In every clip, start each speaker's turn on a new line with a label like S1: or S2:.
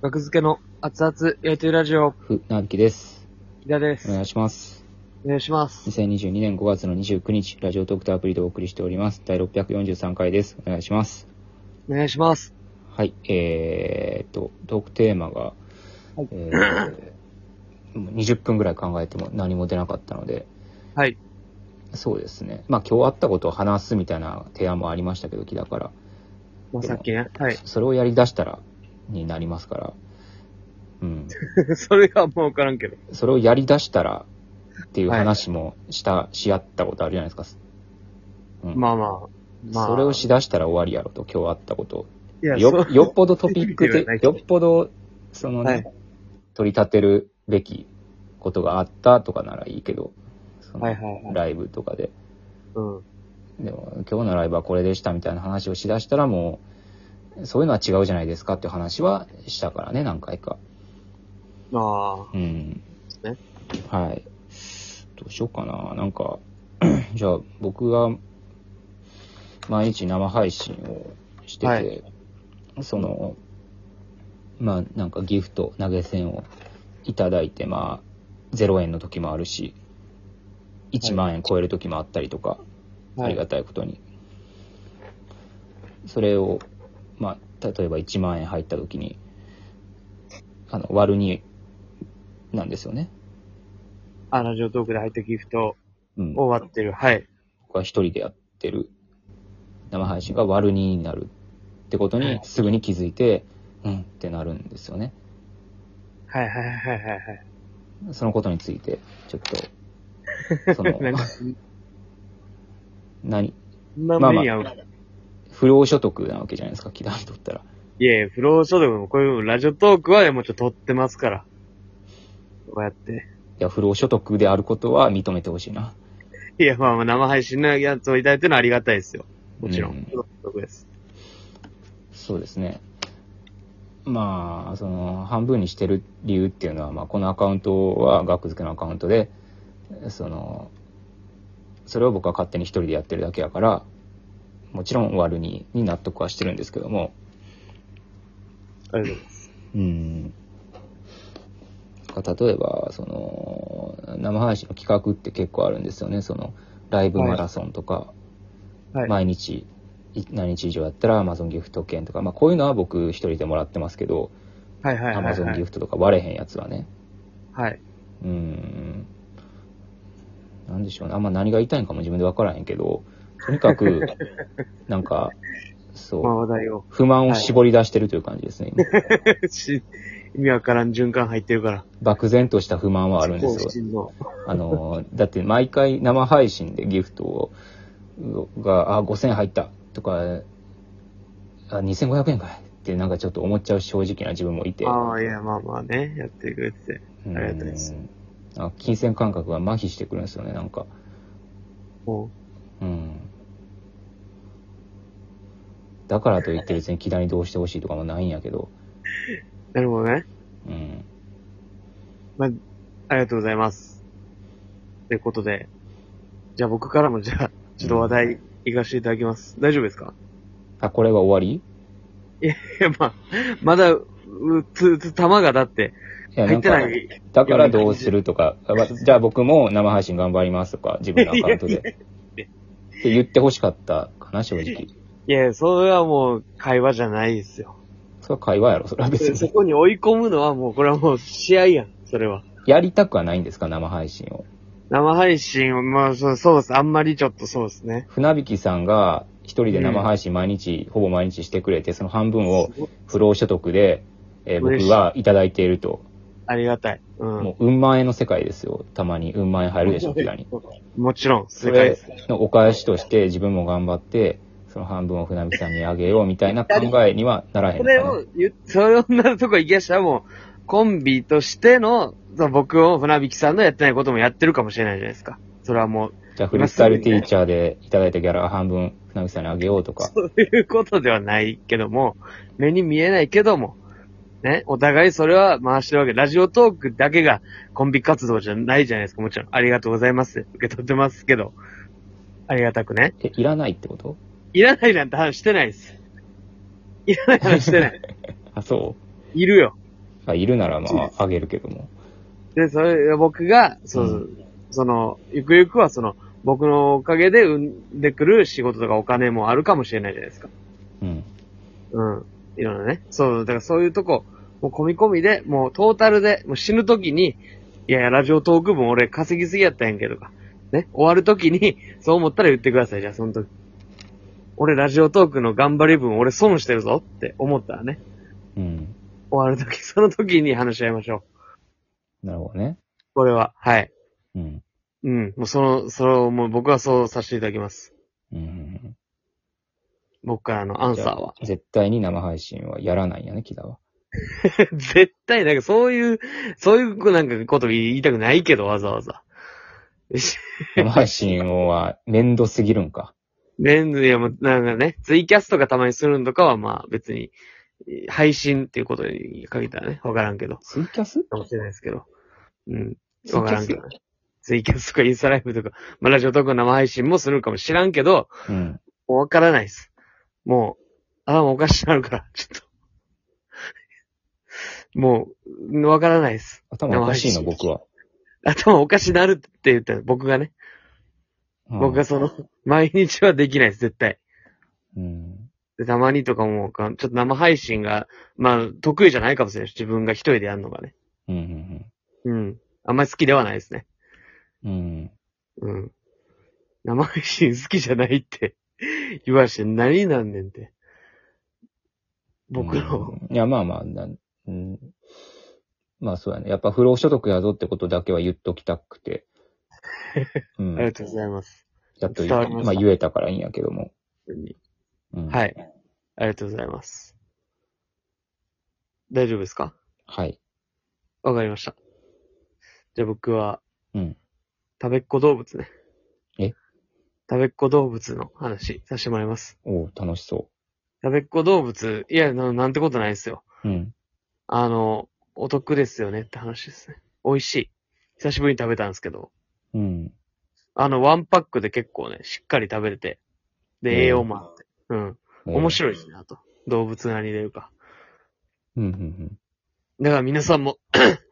S1: 学付けの熱々焼いてるラジオ、
S2: ふ、なびきです。
S1: 木田で
S2: お
S1: す。
S2: 願いします。
S1: お願いします。
S2: 2022年5月の29日、ラジオトークターアプリでお送りしております。第643回です。お願いします。
S1: お願いします。
S2: はい、えーっと、トークテーマが、
S1: はい
S2: えーもう20分ぐらい考えても何も出なかったので、
S1: はい。
S2: そうですね。まあ今日あったことを話すみたいな提案もありましたけど、木だから。
S1: まあ、さっきね。はい。
S2: それをやり出したら、になりますから。うん。
S1: それがもうわからんけど。
S2: それをやり出したらっていう話もした、し合ったことあるじゃないですか。うん
S1: まあまあ。まあ。
S2: それをしだしたら終わりやろと、今日あったこと。
S1: いや、
S2: よ
S1: そう
S2: よっぽどトピッ ク
S1: そういう意味ではない
S2: で、よっぽど、そのね、
S1: はい
S2: 取り立てるべきことがあったとかならいいけど、その
S1: はいはいはい
S2: ライブとかで。
S1: うん。
S2: でも、今日のライブはこれでしたみたいな話をしだしたらもう、そういうのは違うじゃないですかっていう話はしたからね、何回か。
S1: あ
S2: うん。
S1: ね
S2: はい。どうしようかな。なんか、 じゃあ僕が毎日生配信をしてて、
S1: は
S2: その、まあなんかギフト投げ銭をいただいて、まあ0円の時もあるし、1万円超える時もあったりとか、
S1: あ。は
S2: あり
S1: い。
S2: がたいことに。それを、まあ、例えば1万円入った時に、あの、割る2なんですよね。
S1: あ、ラジオトークで入ったギフト
S2: うん。
S1: を割ってる。はい。
S2: 僕は一人でやってる生配信が割る2になるってこと
S1: は
S2: に
S1: い
S2: すぐに気づいて、うんってなるんですよね。
S1: はいはいはいはいはい。
S2: そのことについて、ちょっ と、その、
S1: なんか、
S2: 何
S1: そんな無理やん。
S2: 不労所得なわけじゃないですか、木田にとったら。
S1: いやいや、不労所得もこういうラジオトークはもうちょっと撮ってますから。こうやって。
S2: いや、不労所得であることは認めてほしいな。
S1: いや、まあまあ生配信のやつをいただいてるのはありがたいですよ。もちろ
S2: うん
S1: ん。不労所得です。
S2: そうですね。まあ、その、半分にしてる理由っていうのは、まあ、このアカウントは、学付けのアカウントで、その、それを僕は勝手に一人でやってるだけやから、もちろん割るに、に納得はしてるんですけども、
S1: ありがとうございます。
S2: うん。例えば、その、生配信の企画って結構あるんですよね。その、ライブマラソンとか、
S1: はい。
S2: 毎日い何日以上やったら Amazon ギフト券とか、まあ、こういうのは僕一人でもらってますけど、
S1: はいはいはい、はい。
S2: Amazon ギフトとか割れへんやつはね
S1: はい。
S2: うーんなんでしょうねあんま何が言いたいんかも自分で分からへんけどとにか くなんか
S1: まあ
S2: そう
S1: 話題を。
S2: 不満を絞り出してるという感じですね、今
S1: し意味わからん循環入ってるから。
S2: 漠然とした不満は あるんですよ
S1: よ。の
S2: あのだって毎回生配信でギフトをが「あ5000入った」とか「あ2500円かい」ってなんかちょっと思っちゃう正直な自分もいて
S1: ああ、いや、まあまあね、やってくれてて。
S2: うん
S1: ありがたいです
S2: あ金銭感覚が麻痺してくるんですよねなんか
S1: も
S2: うんだからといって別に木田にどうしてほしいとかもないんやけど
S1: う、なるほどね。
S2: うん
S1: まあ、ありがとうございます。ということで、じゃあ僕からもじゃあ、ちょっと話題、行かせていただきます。大丈夫ですか
S2: あこれは終わ
S1: いや、まあ、まだ、う、つ、つ、玉がだって、
S2: りいや
S1: 入ってな
S2: なんか
S1: い。
S2: だからどうするとか、あわじゃあ僕も生配信頑張りますとか、自分のアカウントで。って言ってほしかったかな、正直。
S1: いや、それはもう、会話じゃないですよ。
S2: それは会話やろ、それは別
S1: そ
S2: に。
S1: こに追い込むのはもう、これはもう、試合やん、それは。
S2: やりたくはないんですか、生配信を。
S1: 生配信を、まあ、そうそうです。あんまりちょっとそうですね。
S2: 船引さんが一人で生配信毎日、ほぼ毎日してくれて、その半分を不労所得で、えー
S1: 嬉し
S2: 僕
S1: い
S2: はいただいていると。
S1: ありがたい。うん。
S2: もう、運万円の世界ですよ。たまに、運万円入るでしょ、平に。
S1: もちろん、
S2: そ
S1: 世界で
S2: れ
S1: す。
S2: のお返しとして、自分も頑張って、その半分を船引さんにあげようみたいな考えにはならへん
S1: そ
S2: のか
S1: れ
S2: な。
S1: を言っ、それをなとこ行きやしたらもう、コンビとしての、そう僕を船引きさんのやってないこともやってるかもしれないじゃないですか。それはもう、
S2: じゃあ、フリースタイルティーチャーでいただいたギャラ半分、船口さんにあげようとか。
S1: そういうことではないけども、目に見えないけども、ね、お互いそれは回してるわけ。ラジオトークだけがコンビ活動じゃないじゃないですか。もちろん、ありがとうございます。受け取ってますけど、ありがたくね。
S2: え、いらないってこと
S1: いらないなんて話してないです。いらない話してない。
S2: あ、そ
S1: いるよ。
S2: あいるならまあ、あげるけども。
S1: で、それ、僕が、そう、
S2: うん
S1: その、ゆくゆくはその、僕のおかげで産んでくる仕事とかお金もあるかもしれないじゃないですか。
S2: うん。
S1: うん。いろんなね。そう、だからそういうとこ、もう込み込みで、もうトータルで、もう死ぬ時に、いやいや、ラジオトーク分俺稼ぎすぎやったんやんけとか、ね、終わる時に、そう思ったら言ってください、じゃあその時。俺ラジオトークの頑張り分俺損してるぞって思ったらね、
S2: うん。
S1: 終わる時、その時に話し合いましょう。
S2: なるほどね。
S1: これは、はい。
S2: うん。
S1: うん。もうその、それをもう僕はそうさせていただきます。
S2: うんうんうん。
S1: 僕からのアンサーは。
S2: じゃあ絶対に生配信はやらないんやね、木田は。
S1: 絶対、なんかそういう、そういうなんかこと言いたくないけど、わざわざ。
S2: 生配信は面倒すぎるんか。
S1: レンズ、いやもう、なんかね、ツイキャスとかたまにするんとかは、まあ別に、えー配信っていうことに限ったらね、わからんけど、
S2: ツイキャス
S1: かもしれないですけど。うん。
S2: ツイキャス
S1: わからんけどね。ツイキャスとかインスタライブとか、まあラジオトークの生配信もするかもしらんけど、
S2: うん。
S1: もうわからないです。もう、頭おかしくなるから、 ちょっと。もう、わからないです。
S2: 頭おかしいの、僕は。
S1: 頭おかしなるって言ったの僕がね。
S2: うん
S1: 僕がその、毎日はできないです、絶対。
S2: うん。
S1: で、たまにとかもか、ちょっと生配信が、まあ、得意じゃないかもしれないし、自分が一人でやるのがね。
S2: うんうん
S1: うん。あんまり好きではないですね。
S2: うん。うん。
S1: うん。生配信好きじゃないって 言わして何なんねんって。僕の、
S2: うんいや、まあまあ、なんうん、まあそうやね。やっぱ不労所得やぞってことだけは言っときた くて。うん。
S1: ありがとうございます。
S2: やっと
S1: 伝わりました
S2: まあ言えたからいいんやけども。
S1: 本当に
S2: うん、
S1: は。い。ありがとうございます。大丈夫ですか
S2: はい。
S1: わかりました。じゃあ僕は、
S2: うん。
S1: 食べっ子動物ね。
S2: え
S1: 食べっ子動物の話させてもらいます。
S2: おう楽しそ
S1: 食べっ子動物、いやな、なんてことないですよ。
S2: う。うん。
S1: あの、お得ですよねって話ですね。美味しい。久しぶりに食べたんですけど、
S2: うん。
S1: あの、ワンパックで結構ね、しっかり食べれて、
S2: うん
S1: で、栄養もあって、うん。面
S2: い。
S1: 白いですね、あと。動物何出るか。
S2: うん、うん、
S1: だから皆さんも、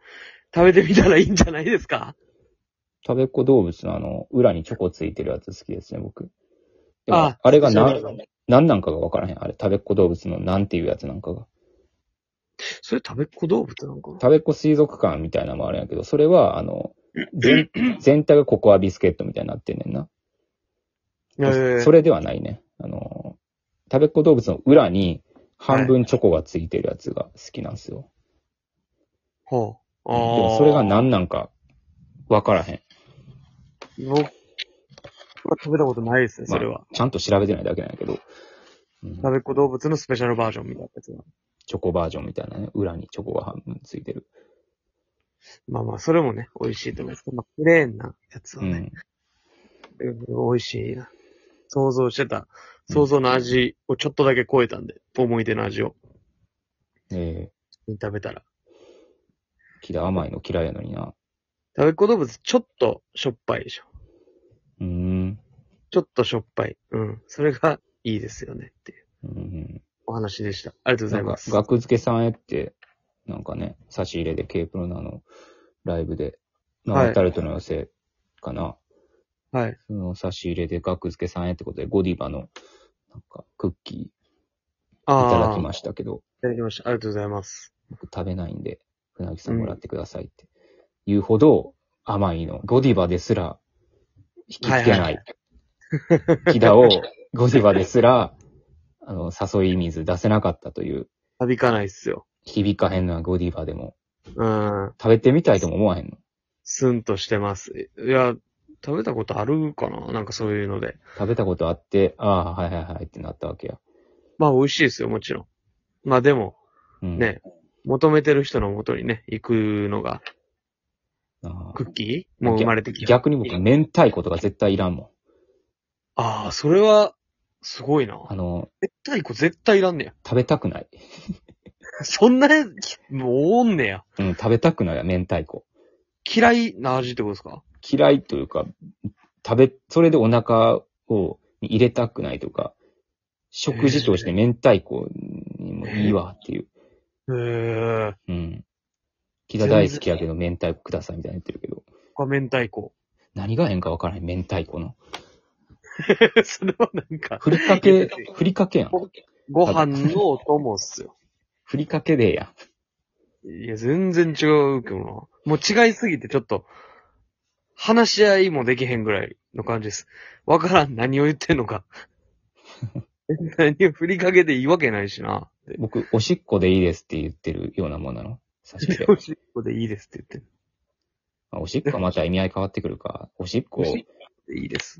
S1: 食べてみたらいいんじゃないですか
S2: 食べっ子動物のあの、裏にチョコついてるやつ好きですね、僕。でも
S1: あ
S2: あれがな
S1: そうなんだ、
S2: 何なんかがわからへん。あれ、食べっ子動物のなんていうやつなんかが。
S1: それ食べっ子動物なんかな
S2: 食べっ子水族館みたいなのもあるんやけど、それは、あの、 全全体がココアビスケットみたいになってんねんな。
S1: えー
S2: それではないね。あの、食べっ子動物の裏に半分チョコがついてるやつが好きなんですよ。
S1: ほう。
S2: でもそれが何なんかわからへん。
S1: 僕は食べたことないですね、
S2: まあ
S1: それは。
S2: ちゃんと調べてないだけなんやけど、うん
S1: 食べっ子動物のスペシャルバージョンみたいなやつが。
S2: チョコバージョンみたいなね、裏にチョコが半分ついてる。
S1: まあまあ、それもね、美味しいと思います。まあ、プレーンなやつを
S2: う
S1: ね、
S2: ん。
S1: うん美味しいな。想像してた、想像の味をちょっとだけ超えたんで、思い出の味を
S2: ええ
S1: 食べたら。
S2: 木田甘いの嫌いやのにな。
S1: 食べっ子動物、ちょっとしょっぱいでしょ。
S2: うーん。
S1: ちょっとしょっぱい。うん。それがいいですよねっていう
S2: うん。
S1: お話でした。ありがとうござ
S2: ないんか
S1: ま、す。
S2: 学付けさんへって、なんかね、差し入れで K プロナのライブで、
S1: はい
S2: 生タルトの寄せかな。
S1: はい。
S2: その差し入れで額付けさんへってことで、ゴディバの、なんか、クッキーいた
S1: あ
S2: だ
S1: あ、
S2: き
S1: い
S2: ましたけど、
S1: ただきました。ありがとうございます。
S2: 僕食べないんで、船木さんもらってくださいって言うほど甘いの。ゴディバですら、引きつけ
S1: はい
S2: な。
S1: はい
S2: 木田を、ゴディバですら、あの、誘い水出せなかったという、
S1: はびかないっすよ。
S2: 響かへんなゴディバでも、
S1: うん。
S2: 食べてみたいとも思わへんの。
S1: スンとしてます。いや、食べたことあるかななんかそういうので。
S2: 食べたことあって、ああ、はいはいはいってなったわけや。
S1: まあ美味しいですよ、もちろん。まあでも、
S2: うん。
S1: ね、求めてる人のもとにね、行くのが、
S2: ああ
S1: クッキーもう生まれてきた。
S2: 逆に僕、明太子とか絶対いらんもん。
S1: ああ、それは、すごいな。
S2: あの、
S1: 絶対子絶対いらんねや。
S2: 食べたくない。
S1: そんなやつ、もうおんねや。
S2: うん、食べたくないわ、明太子。
S1: 嫌いな味ってことですか
S2: 嫌いというか、食べ、それでお腹を入れたくないというか、食事として明太子にもいいわっていう。
S1: へえ。
S2: うん。ピザ大好きやけど明太子くださいみたいに言ってるけど、
S1: ごめん太鼓。
S2: 何がええんかわからへん、明太子の。
S1: それはなんか、
S2: ふりかけ、ふりかけやん。
S1: ご飯のお供っすよ。
S2: ふりかけでええやん。
S1: いや、全然違うけどな。もう違いすぎてちょっと、話し合いもできへんぐらいの感じです。わからん、何を言ってんの か。何を振りかけていいわけないしな。で
S2: 僕、おしっこでいいですって言ってるようなもんな の差しで
S1: おしっこでいいですって言ってる
S2: おしっこはまた意味合い変わってくるか。おしっこ
S1: お、しでいいです。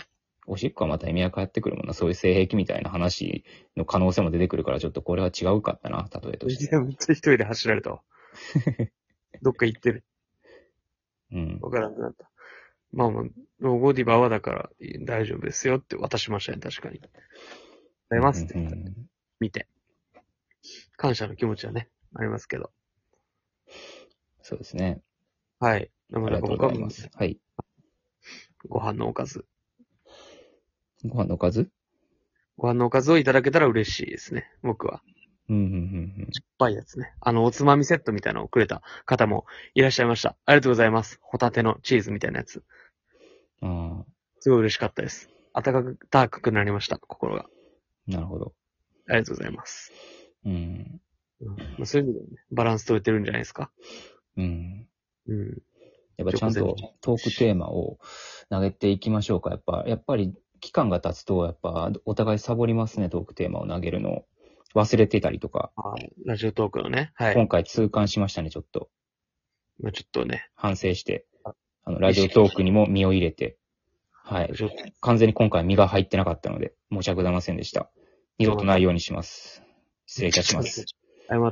S2: おしっこはまた意味合い変わってくるもんな。そういう性癖みたいな話の可能性も出てくるから、ちょっとこれは違うかったな、例えとして。
S1: いやめっちゃ一人で走られた わ。どっか行ってる。
S2: うん。
S1: わからなくなった。まあまあ、ロゴディバはだから大丈夫ですよって渡しましたね、確かに。ありがとうございますって
S2: うんうん
S1: 見て。感謝の気持ちはね、ありますけど。
S2: そうですね。
S1: はい。な
S2: あ
S1: の
S2: り
S1: で
S2: がとう
S1: 僕
S2: ご
S1: は
S2: ざい
S1: もう
S2: ます。はい。
S1: ご飯のおかず。
S2: ご飯のおかず
S1: ご飯のおかずをいただけたら嬉しいですね、僕は。
S2: うん、うん、うん。うん
S1: 酸っぱいやつね。あの、おつまみセットみたいなのをくれた方もいらっしゃいました。ありがとうございます。ホタテのチーズみたいなやつ。
S2: あ
S1: すごい嬉しかったです。暖かく、暖かくなりました、心が。
S2: あ、なるほど。
S1: ありがとうございます。
S2: うん。
S1: うんまあ、そういう意味ではね、バランス取れてるんじゃないですか。
S2: うん。
S1: うん。
S2: やっぱちゃんとトークテーマを投げていきましょうか。やっぱ、やっぱり期間が経つと、やっぱお互いサボりますね、トークテーマを投げるのを。忘れてたりとか、
S1: あーラジオトークのね、はい。
S2: 今回痛感しましたね、ちょっと。
S1: まあ、ちょっとね、
S2: 反省して
S1: あ、
S2: あの、ラジオトークにも身を入れて、はい
S1: ラ。ジオ
S2: 完全に今回身が入ってなかったので、申し訳ございませんでした。二度とないようにします。失礼いたします。
S1: 謝っ